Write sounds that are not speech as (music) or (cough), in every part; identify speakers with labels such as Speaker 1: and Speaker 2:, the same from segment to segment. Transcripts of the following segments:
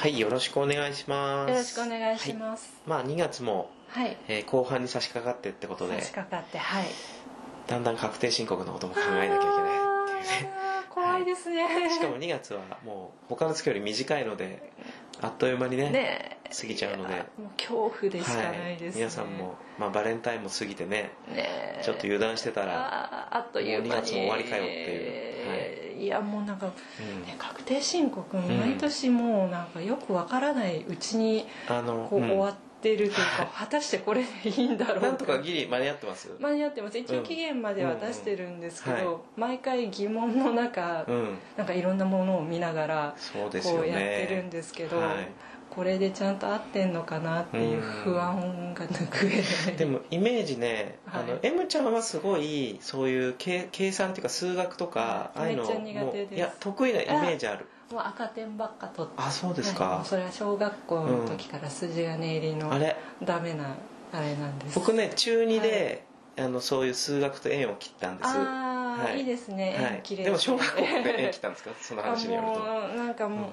Speaker 1: はい、よろしくお願いします。
Speaker 2: よろしくお願いします。
Speaker 1: はいまあ2月も、
Speaker 2: はい。
Speaker 1: えー後半に差し掛かってってことで
Speaker 2: 差、し掛かって、はい。
Speaker 1: だんだん確定申告のことも考えなきゃいけないっていうね。
Speaker 2: あー怖いですね。
Speaker 1: しかも2月はもう他の月より短いので、あっという間にね、
Speaker 2: ねえ
Speaker 1: 過ぎちゃうので
Speaker 2: いやもう恐怖でしかないですね。
Speaker 1: 皆さんも、まあ、バレンタインも過ぎてね、
Speaker 2: ねえ
Speaker 1: ちょっと油断してたら、
Speaker 2: あーあっという間に
Speaker 1: もう二月も終わりかよっていう
Speaker 2: いやもうなんか、
Speaker 1: うん
Speaker 2: ね確定申告
Speaker 1: ん
Speaker 2: 毎年もうなんかよくわからないうちに
Speaker 1: あの、
Speaker 2: こう
Speaker 1: うん
Speaker 2: 終わってるというか、果たしてこれでいいんだろう
Speaker 1: なんとかギリ間に合ってます、
Speaker 2: 間に合ってます一
Speaker 1: う
Speaker 2: 応
Speaker 1: ん
Speaker 2: 期限までは出してるんですけど、
Speaker 1: うんうんは
Speaker 2: 毎回疑問の中、
Speaker 1: うん、
Speaker 2: なんかいろんなものを見ながら
Speaker 1: そうです
Speaker 2: こ
Speaker 1: よ
Speaker 2: う
Speaker 1: ね。
Speaker 2: やってるんですけど、
Speaker 1: はい
Speaker 2: これでちゃんと合ってんのかなっていう不安が拭えな
Speaker 1: (laughs)
Speaker 2: い
Speaker 1: でもイメージね、
Speaker 2: はい
Speaker 1: あの M ちゃんはすごいそういう計計算っていうか数学とか、
Speaker 2: はい
Speaker 1: ああいうの
Speaker 2: めっちゃ苦手
Speaker 1: もう
Speaker 2: です
Speaker 1: いや得意なイメージある
Speaker 2: もう赤点ばっか取って
Speaker 1: あそうですか、
Speaker 2: はいもうそれは小学校の時から筋金入りの
Speaker 1: あれ
Speaker 2: ダメなあれなんです、
Speaker 1: 僕ね中2で、あのそういう数学と縁を切ったんです
Speaker 2: ああ、
Speaker 1: はい
Speaker 2: い、いですね、
Speaker 1: はい、
Speaker 2: 綺麗
Speaker 1: でも小学校で縁切ったんです
Speaker 2: (laughs)
Speaker 1: かその話による
Speaker 2: あ
Speaker 1: と
Speaker 2: もうなんかも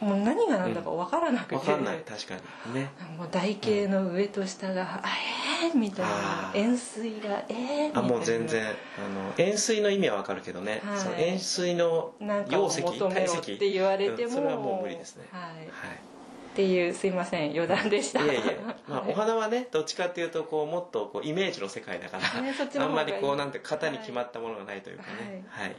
Speaker 2: う,、もう何が何だか分からなくて、
Speaker 1: 分かんない確かに
Speaker 2: (laughs)
Speaker 1: ね
Speaker 2: もう台形の上と下が「あえー」みたいな
Speaker 1: あー
Speaker 2: 円錐が「えー」みたいな
Speaker 1: あもう全然あの円錐の意味は分かるけどね、
Speaker 2: はい
Speaker 1: その円錐の
Speaker 2: なんかを
Speaker 1: 容積
Speaker 2: 求め
Speaker 1: 体
Speaker 2: ろっ
Speaker 1: 積
Speaker 2: て言われても、
Speaker 1: うんそれはもう無理ですね
Speaker 2: はい、っ
Speaker 1: はい
Speaker 2: ていうすいません余談でした
Speaker 1: いえいえ、まあ、お
Speaker 2: は
Speaker 1: 花はねどっちかっていうとこうもっとこうイメージの世界だから、
Speaker 2: ねそっちの
Speaker 1: あ
Speaker 2: 方
Speaker 1: ん
Speaker 2: が
Speaker 1: ま
Speaker 2: いい
Speaker 1: りこうなんて型に決まったものがないというかねはい、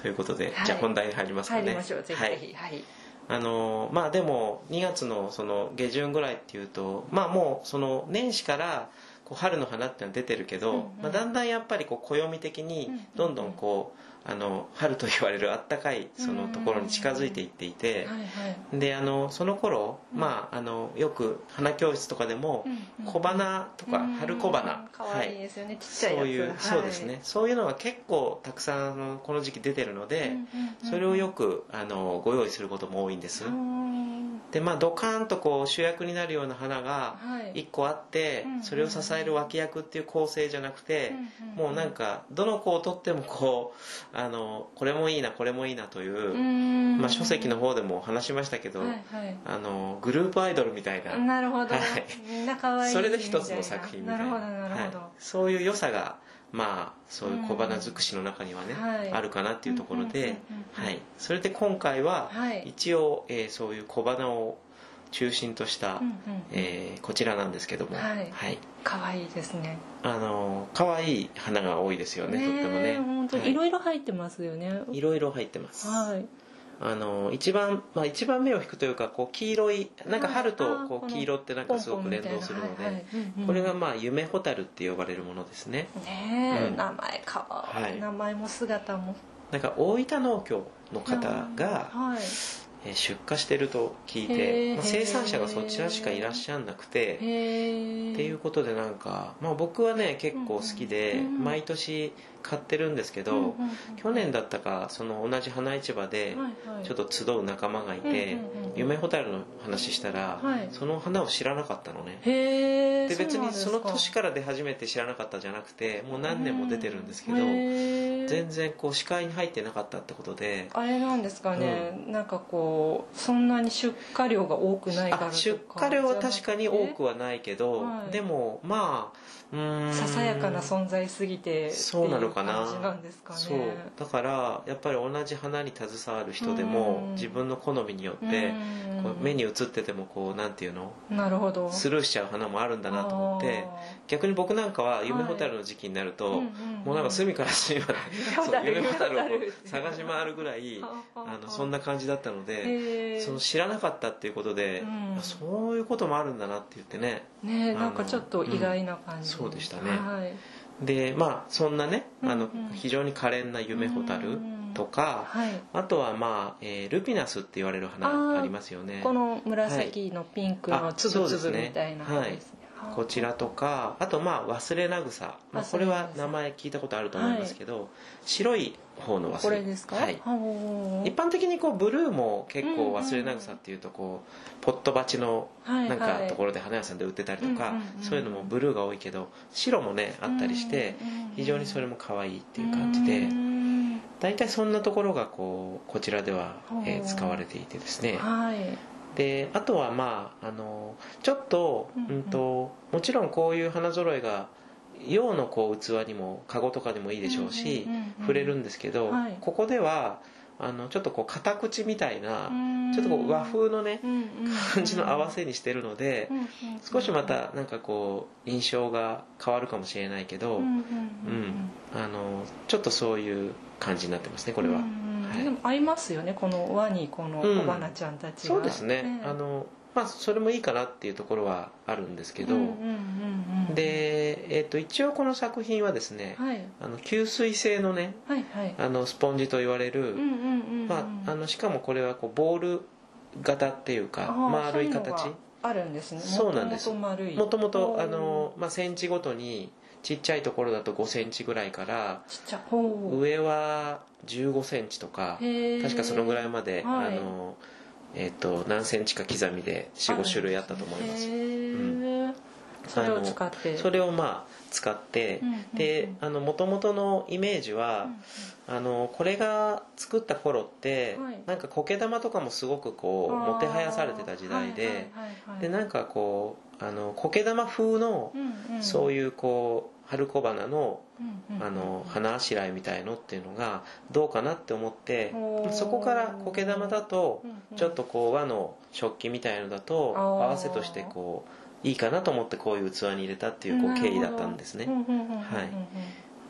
Speaker 1: ということで、
Speaker 2: はい
Speaker 1: じゃあ本題に入りますかね
Speaker 2: 入りましょうぜひぜひ
Speaker 1: はい、
Speaker 2: はい、
Speaker 1: あのーまあでも2月のその下旬ぐらいっていうとまあもうその年始からこう春の花ってのは出てるけど、
Speaker 2: うんうん
Speaker 1: まあ、だんだんやっぱりこう暦的に
Speaker 2: うんうん
Speaker 1: どんどんこうあの春と言われるあったかいそのところに近づいていっていて、
Speaker 2: はいはい
Speaker 1: であのその頃、
Speaker 2: うん
Speaker 1: まああのよく花教室とかでも
Speaker 2: うんうん
Speaker 1: 小花とか
Speaker 2: うん
Speaker 1: 春小花
Speaker 2: うん可愛い
Speaker 1: はい
Speaker 2: ですよね、ちっち
Speaker 1: そ
Speaker 2: ゃ
Speaker 1: う
Speaker 2: いやつ
Speaker 1: いう、
Speaker 2: はい
Speaker 1: そうですねそういうのが結構たくさんあのこの時期出てるので、それをよく
Speaker 2: く
Speaker 1: あのご用意することも多いんです、
Speaker 2: は
Speaker 1: でまあドカーンとこう主役になるような花が
Speaker 2: い
Speaker 1: 1個あって、
Speaker 2: うん
Speaker 1: それを支える脇役っていう構成じゃなくて、もうなん
Speaker 2: か、
Speaker 1: かどの子をとってもこうあのこれもいいなこれもいいなという、
Speaker 2: うん
Speaker 1: まあ、書籍の方でも話しましたけど、
Speaker 2: はいはい
Speaker 1: あのグループアイドルみたいな
Speaker 2: なるほど、
Speaker 1: はい
Speaker 2: みんな可愛い
Speaker 1: それで一つの作品みたいな
Speaker 2: なるほどなるほど、
Speaker 1: はいそういう良さがまあそういう小花尽くしの中にはね、
Speaker 2: うんはい
Speaker 1: あるかなっていうところで、
Speaker 2: うんうんうんうん
Speaker 1: はい、それで今回は
Speaker 2: はい
Speaker 1: 一応、えーそういう小花を中心とした、
Speaker 2: うんうん
Speaker 1: えーこちらなんですけども、
Speaker 2: はい可愛いですね
Speaker 1: あの可愛い花が多いですよねとってもね
Speaker 2: え本当
Speaker 1: はい
Speaker 2: にいろいろ入ってますよね。
Speaker 1: いろいろ入ってます、
Speaker 2: はい。
Speaker 1: あの一番、まあ、一番目を引くというかこう黄色いなんか春
Speaker 2: あ
Speaker 1: と
Speaker 2: ー
Speaker 1: こ
Speaker 2: こ
Speaker 1: う
Speaker 2: の
Speaker 1: 黄色ってなんかすごく連動するので、
Speaker 2: はいはいうんうん
Speaker 1: これがまあ夢ホタルって呼ばれるものですね
Speaker 2: ねえ、
Speaker 1: うん
Speaker 2: 名前かわい
Speaker 1: はい
Speaker 2: い。名前も姿も。
Speaker 1: なんか大分農協の方が
Speaker 2: はい。
Speaker 1: えー出荷してると聞い
Speaker 2: へ
Speaker 1: て、
Speaker 2: ー
Speaker 1: まあ生産者がそちらしかいらっしゃらなくて
Speaker 2: へえ。
Speaker 1: っていうことでなんか、まあ、僕はね結構好きで
Speaker 2: うんうん
Speaker 1: 毎年買ってるんですけ
Speaker 2: うんうんうん
Speaker 1: ど去年だったかその同じ花市場で
Speaker 2: はいはい
Speaker 1: ちょっと集う仲間がいて
Speaker 2: うんうんうん
Speaker 1: 夢ホタルの話したら
Speaker 2: はい
Speaker 1: その花を知らなかったのね
Speaker 2: へえ。
Speaker 1: で別
Speaker 2: うなん
Speaker 1: に
Speaker 2: で
Speaker 1: そ
Speaker 2: す
Speaker 1: の年から出始めて知らなかったじゃなくてもう何年も出てるんですけど
Speaker 2: うへえ
Speaker 1: 全然こう視界に入ってなかったってことで
Speaker 2: あれなんですかね、なんかこうそんなに出荷量が多くないからと
Speaker 1: あ
Speaker 2: か
Speaker 1: 出荷量は確かに多く
Speaker 2: は
Speaker 1: はないけど、
Speaker 2: はい
Speaker 1: でもまあうーん
Speaker 2: ささやかな存在すぎて
Speaker 1: そうなのかな
Speaker 2: っていう感じなんですかね
Speaker 1: そうだからやっぱり同じ花に携わる人でも
Speaker 2: うん
Speaker 1: 自分の好みによって
Speaker 2: うん
Speaker 1: こう目に映っててもこうなんていうの
Speaker 2: なるほど
Speaker 1: スルーしちゃう花もあるんだなと思って逆に僕なんかは夢ホタルの時期になる
Speaker 2: あー
Speaker 1: と、
Speaker 2: んんん
Speaker 1: もうなんか隅から隅まで
Speaker 2: (laughs) ホ
Speaker 1: そ
Speaker 2: タ
Speaker 1: う
Speaker 2: ル
Speaker 1: 夢ホタルを
Speaker 2: 夢ホタル
Speaker 1: 探し回るぐらいあのそんな感じだったので。
Speaker 2: へー
Speaker 1: その知らなかったっていうことで、
Speaker 2: うん
Speaker 1: あそういうこともあるんだなって言ってね
Speaker 2: ね
Speaker 1: あ
Speaker 2: え
Speaker 1: の
Speaker 2: なんかちょっと意外な感じ、
Speaker 1: うんそうでしたね
Speaker 2: はい
Speaker 1: でまあそんなねあの、
Speaker 2: うんうん
Speaker 1: 非常に可憐な夢ホタルとか、
Speaker 2: はい
Speaker 1: あとはまあ、えールピナスって言われる花
Speaker 2: あー
Speaker 1: ありますよね
Speaker 2: この紫のピンク
Speaker 1: はい
Speaker 2: の
Speaker 1: あ
Speaker 2: つぶつぶみたいな
Speaker 1: そう
Speaker 2: の
Speaker 1: ですね
Speaker 2: ですね、あー
Speaker 1: こちらとかあとまあ忘れな草、まあ、これは名前聞いたことあると思いますけど、白い方の忘れ
Speaker 2: これですか、
Speaker 1: はい
Speaker 2: あー
Speaker 1: 一般的にこうブルーも結構忘れな草っていうとこうポット鉢の
Speaker 2: はい
Speaker 1: なんか
Speaker 2: はい
Speaker 1: ところで花屋さんで売ってたりとか
Speaker 2: うんうんうん
Speaker 1: そういうのもブルーが多いけど白もねあったりして
Speaker 2: うんうんうん
Speaker 1: 非常にそれも可愛いっていう感じで
Speaker 2: うん
Speaker 1: 大体そんなところがこうこちらではえー
Speaker 2: ほう
Speaker 1: 使われていてですね
Speaker 2: はい
Speaker 1: であとはまああのちょっと,、
Speaker 2: うんうん
Speaker 1: ともちろんこういう花揃えが洋のこう器にもカゴとかでもいいでしょうし、
Speaker 2: うんうんうんうん
Speaker 1: 触れるんですけど、
Speaker 2: はい
Speaker 1: ここではあのちょっとこう片口みたいな、
Speaker 2: うん
Speaker 1: ちょっとこう和風のね
Speaker 2: うんうんうん
Speaker 1: 感じの合わせにしてるので、
Speaker 2: うんうんうん
Speaker 1: 少しまたなんかこう印象が変わるかもしれないけど、
Speaker 2: うんうんうん
Speaker 1: うんあのちょっとそういう感じになってますねこれは、
Speaker 2: うんうん
Speaker 1: はい
Speaker 2: でも合いますよねこの輪にこの
Speaker 1: うん
Speaker 2: 小花ちゃんたちが、
Speaker 1: そうですね、
Speaker 2: ええ
Speaker 1: あのまあそれもいいかなっていうところはあるんですけど、
Speaker 2: うんうんうんうん
Speaker 1: で、えっと一応この作品はですね、
Speaker 2: はい、
Speaker 1: あの吸水性のね
Speaker 2: はいはい
Speaker 1: あのスポンジと言われる、
Speaker 2: うんうんうんうん
Speaker 1: まあ、あのしかもこれはこうボール型っていうか
Speaker 2: あー
Speaker 1: 丸い
Speaker 2: そう
Speaker 1: 形
Speaker 2: うのがあるんですね
Speaker 1: そうなんです
Speaker 2: もともと丸い
Speaker 1: もとも
Speaker 2: お
Speaker 1: と
Speaker 2: ー
Speaker 1: あの、まあ、センチごとにちっちゃいところだと5センチぐらいから
Speaker 2: ちっちゃいほ
Speaker 1: 上は15センチとか
Speaker 2: うへー
Speaker 1: 確かそのぐらいまで、
Speaker 2: はい
Speaker 1: あのえっと何センチか刻みで45種類あったと思います
Speaker 2: へーそれを使って
Speaker 1: それをまあ使って、
Speaker 2: うんうんうん
Speaker 1: であの元々のイメージ
Speaker 2: う
Speaker 1: は
Speaker 2: ん、
Speaker 1: あのこれが作った頃って、
Speaker 2: はい
Speaker 1: なんか苔玉とかもすごくこう
Speaker 2: うん
Speaker 1: もてはやされてた時代で、
Speaker 2: はいはいはいはい
Speaker 1: でなんかこうあの苔玉風の、
Speaker 2: うんうん、
Speaker 1: そう
Speaker 2: い
Speaker 1: いうこう春小花の
Speaker 2: うんうんうん、
Speaker 1: あの花あしらいみたいのっていうのがどうかなって思って
Speaker 2: おー
Speaker 1: そこから苔玉だと
Speaker 2: うんうん
Speaker 1: ちょっとこう和の食器みたいのだと
Speaker 2: あー
Speaker 1: 合わせとしてこういいかなと思ってこういう器に入れたっていうこう
Speaker 2: なるほ
Speaker 1: 経
Speaker 2: ど
Speaker 1: 緯だったんです
Speaker 2: うん
Speaker 1: ね
Speaker 2: うんうんうんうん
Speaker 1: はい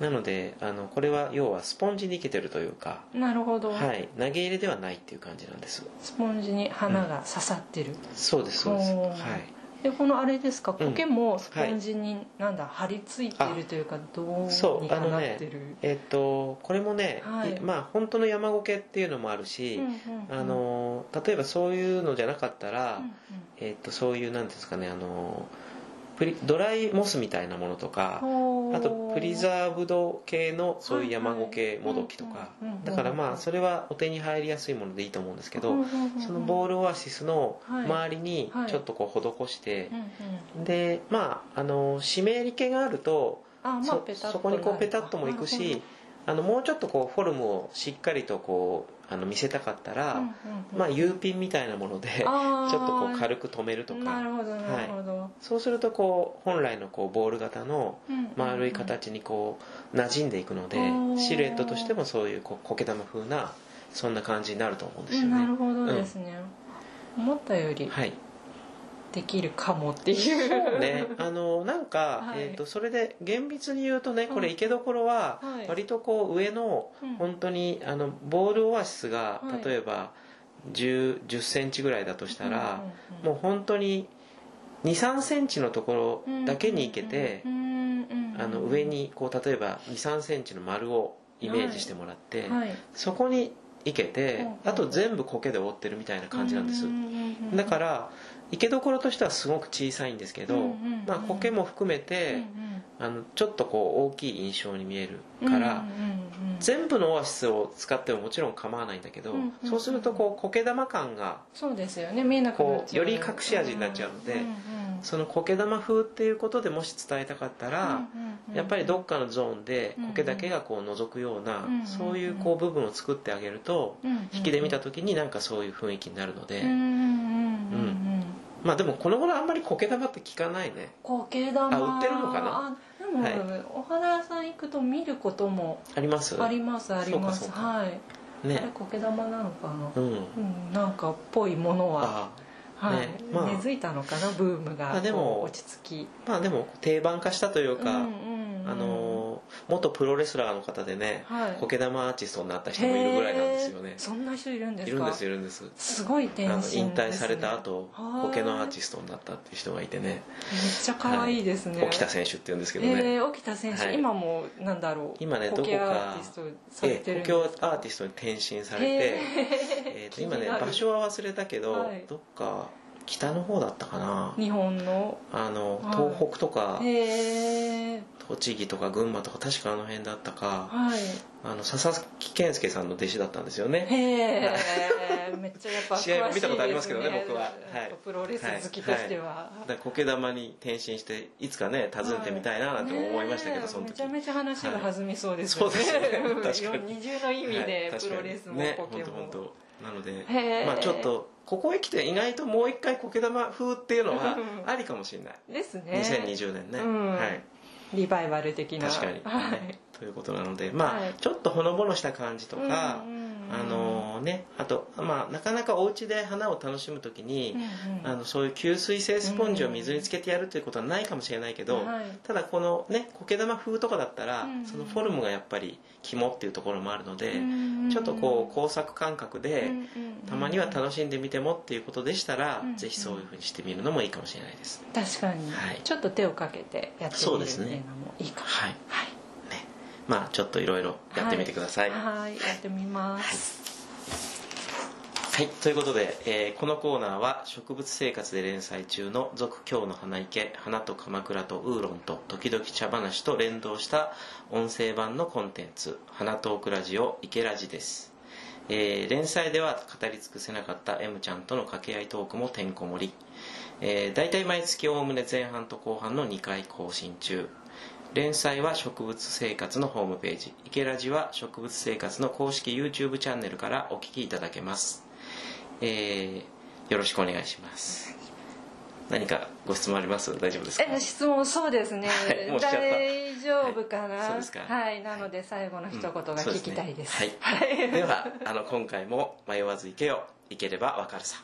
Speaker 1: なのであのこれは要はスポンジにいけてるというか、
Speaker 2: なるほど、
Speaker 1: はい、投げ入れではないっていう感じなんです
Speaker 2: スポンジに花が刺さってる、
Speaker 1: そうですそうです
Speaker 2: おー
Speaker 1: はい
Speaker 2: でこのあれですか
Speaker 1: うん
Speaker 2: 苔もスポンジになんだ、張り付いてるというかどうにかなってる、
Speaker 1: えっとこれもね、
Speaker 2: はい
Speaker 1: いまあ本当の山苔っていうのもあるし、
Speaker 2: うんうんうん
Speaker 1: あの例えばそういうのじゃなかったら、
Speaker 2: うんうん
Speaker 1: えっとそういうなんていうんですかねあのプリドライモスみたいなものとか
Speaker 2: ほう
Speaker 1: あとプリザーブド系のそういう山
Speaker 2: はい
Speaker 1: 苔
Speaker 2: はい
Speaker 1: もどきとか
Speaker 2: うんうんうんうん
Speaker 1: だからまあそれはお手に入りやすいものでいいと思うんですけ
Speaker 2: うん
Speaker 1: ど
Speaker 2: うんうんうん
Speaker 1: そのボールオアシスの周りに
Speaker 2: はいはい
Speaker 1: ちょっとこう施して
Speaker 2: うんうん
Speaker 1: でまああの湿り気があると
Speaker 2: あまあ
Speaker 1: そ
Speaker 2: ペタッと
Speaker 1: そこにこうペタッともいく
Speaker 2: なる
Speaker 1: しあのもうちょっとこうフォルムをしっかりとこうあの見せたかった
Speaker 2: ほど
Speaker 1: らまあ U ピンみたいなものでちょっ
Speaker 2: あ
Speaker 1: と
Speaker 2: ー
Speaker 1: こう軽く止めると
Speaker 2: な
Speaker 1: か
Speaker 2: るほどなるほど、
Speaker 1: そうするとこう本来のこうボール型の
Speaker 2: うんうんうん
Speaker 1: 丸い形にこう馴染んでいくので
Speaker 2: おー
Speaker 1: シルエットとしてもそういうこう苔玉風なそんな感じになると思うんですよ
Speaker 2: なる
Speaker 1: ね。
Speaker 2: ほどですね、思ったより
Speaker 1: はい、
Speaker 2: できるかもっていう
Speaker 1: そうねあのなんか、
Speaker 2: はい
Speaker 1: えー、とそれで厳密に言うとねこ
Speaker 2: う
Speaker 1: れ
Speaker 2: ん
Speaker 1: 池どころは
Speaker 2: はい
Speaker 1: 割とこう上の
Speaker 2: うん
Speaker 1: 本当にあのボールオアシスが
Speaker 2: はい
Speaker 1: 例えば1 0センチぐらいだとしたら、
Speaker 2: うんうん
Speaker 1: もう本当に2 3センチのところだけに行けて、
Speaker 2: うんうんうん
Speaker 1: あの上にこう例えば2 3センチの丸をイメージしてもらって、
Speaker 2: はい
Speaker 1: そこに行けて、
Speaker 2: うん
Speaker 1: あと全部苔で覆ってるみたいな感じなんです、
Speaker 2: うううんうん
Speaker 1: だから池どころとしてはすごく小さいんですけど、
Speaker 2: うんうんうん
Speaker 1: まあ、苔も含め
Speaker 2: うんう
Speaker 1: て、
Speaker 2: ん
Speaker 1: あのちょっとこう大きい印象に見えるから、
Speaker 2: うんうんうん
Speaker 1: 全部のオアシスを使ってももちろん構わないんだけど、
Speaker 2: うんうんうん
Speaker 1: そうするとこう苔玉感が
Speaker 2: そうですよね見えなくなっ
Speaker 1: こう
Speaker 2: ちゃ
Speaker 1: よ
Speaker 2: う
Speaker 1: り隠し味になっちゃうので、
Speaker 2: んん
Speaker 1: その苔玉風っていうことでもし伝えたかったら、
Speaker 2: うんうんうん
Speaker 1: やっぱりどっかのゾーンで
Speaker 2: うん
Speaker 1: 苔だけがこう覗くような、
Speaker 2: うんうん
Speaker 1: そういうこう部分を作ってあげると、
Speaker 2: うんうんうん
Speaker 1: 引きで見た時になんかそういう雰囲気になるので、
Speaker 2: うんうんうんうんうん
Speaker 1: まあでもこの頃あんまり苔玉って聞かないね
Speaker 2: 苔玉
Speaker 1: あ売ってるのかな
Speaker 2: あでも、お花屋さん行くと見ることも
Speaker 1: あります
Speaker 2: ありますあります
Speaker 1: そうかそうか
Speaker 2: はいあれ
Speaker 1: ね
Speaker 2: 苔玉なのかな
Speaker 1: うん
Speaker 2: うん、なんかっぽいものは、
Speaker 1: あ
Speaker 2: はい
Speaker 1: ねまあ
Speaker 2: 根付いたのかなブームが
Speaker 1: あでも
Speaker 2: こう落ち着き
Speaker 1: まあでも定番化したというか、
Speaker 2: ん
Speaker 1: あのー元プロレスラーの方でね、
Speaker 2: はい
Speaker 1: 苔玉アーティストになった人もいるぐらいなんですよ
Speaker 2: へ
Speaker 1: ね
Speaker 2: ーそんな人いるんです
Speaker 1: い
Speaker 2: か
Speaker 1: るんですいるんです
Speaker 2: すごい
Speaker 1: あ
Speaker 2: 転身
Speaker 1: の
Speaker 2: です、ね、
Speaker 1: 引退された後
Speaker 2: はい
Speaker 1: 苔のアーティストになったっていう人がいてね
Speaker 2: めっちゃ可愛いですね、
Speaker 1: 沖田選手って言うんですけどね、
Speaker 2: えー沖田選手、
Speaker 1: はい
Speaker 2: 今もなんだろう
Speaker 1: 今ね
Speaker 2: 苔
Speaker 1: どこか
Speaker 2: アーティストされてる
Speaker 1: ええ苔アーティストに転身されて、えーと今ね
Speaker 2: (laughs) 気になる
Speaker 1: 場所は忘れたけど、
Speaker 2: はい
Speaker 1: どっか北の方だったかな
Speaker 2: 日本の
Speaker 1: あの
Speaker 2: はい
Speaker 1: 東北とか、
Speaker 2: へえ
Speaker 1: 栃木とか群馬とか確かあの辺だったか
Speaker 2: はい
Speaker 1: あの佐々木健介さんの弟子だったんですよね
Speaker 2: へえめっちゃやっぱ詳しいで
Speaker 1: 試
Speaker 2: す、ね、
Speaker 1: 合も見たことありますけどね僕ははい
Speaker 2: プロレス好きとしては、
Speaker 1: だから苔玉に転身していつかね訪ねてみたいななんて思いましたけど、
Speaker 2: ねえ
Speaker 1: その時
Speaker 2: めちゃめちゃ話が弾みそうですよね,、
Speaker 1: はいそうですね確かに
Speaker 2: 二重の意味
Speaker 1: はい
Speaker 2: で
Speaker 1: 確
Speaker 2: プ
Speaker 1: かに
Speaker 2: ロレスも
Speaker 1: ね
Speaker 2: ポケ
Speaker 1: 本
Speaker 2: モ
Speaker 1: 当
Speaker 2: ンも、
Speaker 1: 本当なので
Speaker 2: へえ
Speaker 1: まあちょっとここへ来て意外ともう一回苔玉風っていうのは
Speaker 2: うん
Speaker 1: ありかもしれない、
Speaker 2: ですね
Speaker 1: 2020年ね、
Speaker 2: うん
Speaker 1: はい
Speaker 2: リバイバル的な
Speaker 1: 確かに、
Speaker 2: は
Speaker 1: はい
Speaker 2: い、
Speaker 1: ということなのでまあ、
Speaker 2: はい
Speaker 1: ちょっとほのぼのした感じとか、
Speaker 2: うんうんうん
Speaker 1: あのねあとまあなかなかお家で花を楽しむ時に、
Speaker 2: うんうん
Speaker 1: あのそういう吸水性スポンジを水につけてやるということはないかもしれないけど、
Speaker 2: はい
Speaker 1: ただこのね苔玉風とかだったら、
Speaker 2: うんうん
Speaker 1: そのフォルムがやっぱり肝っていうところもあるので、
Speaker 2: うんうん
Speaker 1: ちょっとこう工作感覚で、
Speaker 2: うんうんうん
Speaker 1: たまには楽しんでみてもっていうことでしたら、
Speaker 2: うん
Speaker 1: ぜひそういうふうにしてみるのもいいかもしれないです、
Speaker 2: 確かに、
Speaker 1: はい
Speaker 2: ちょっと手をかけてやって
Speaker 1: そう
Speaker 2: み
Speaker 1: で
Speaker 2: るっ
Speaker 1: す
Speaker 2: て
Speaker 1: ね
Speaker 2: いうのもいいかも
Speaker 1: はい
Speaker 2: はい
Speaker 1: まあちょっといろいろやってみてください、はい
Speaker 2: はい、やってみます。
Speaker 1: ということで、えーこのコーナーは植物生活で連載中の「俗今日の花池花と鎌倉とウーロンと時々茶話」と連動した音声版のコンテンツ「花トークラジオ池ラジ」です、えー連載では語り尽くせなかった M ちゃんとの掛け合いトークもてんこ盛りえー、大体毎月おおむね前半と後半の2回更新中連載は植物生活のホームページ池ラジは植物生活の公式 YouTube チャンネルからお聞きいただけます、えーよろしくお願いします何かご質問あります大丈夫ですか
Speaker 2: え質問そうですね
Speaker 1: はいもうしちゃった
Speaker 2: 大丈夫かな、
Speaker 1: はいそうですか
Speaker 2: はいなので最後の一言が聞きたいです,、
Speaker 1: うんそうですねはいではあの今回も迷わず行けよ行ければわかるさ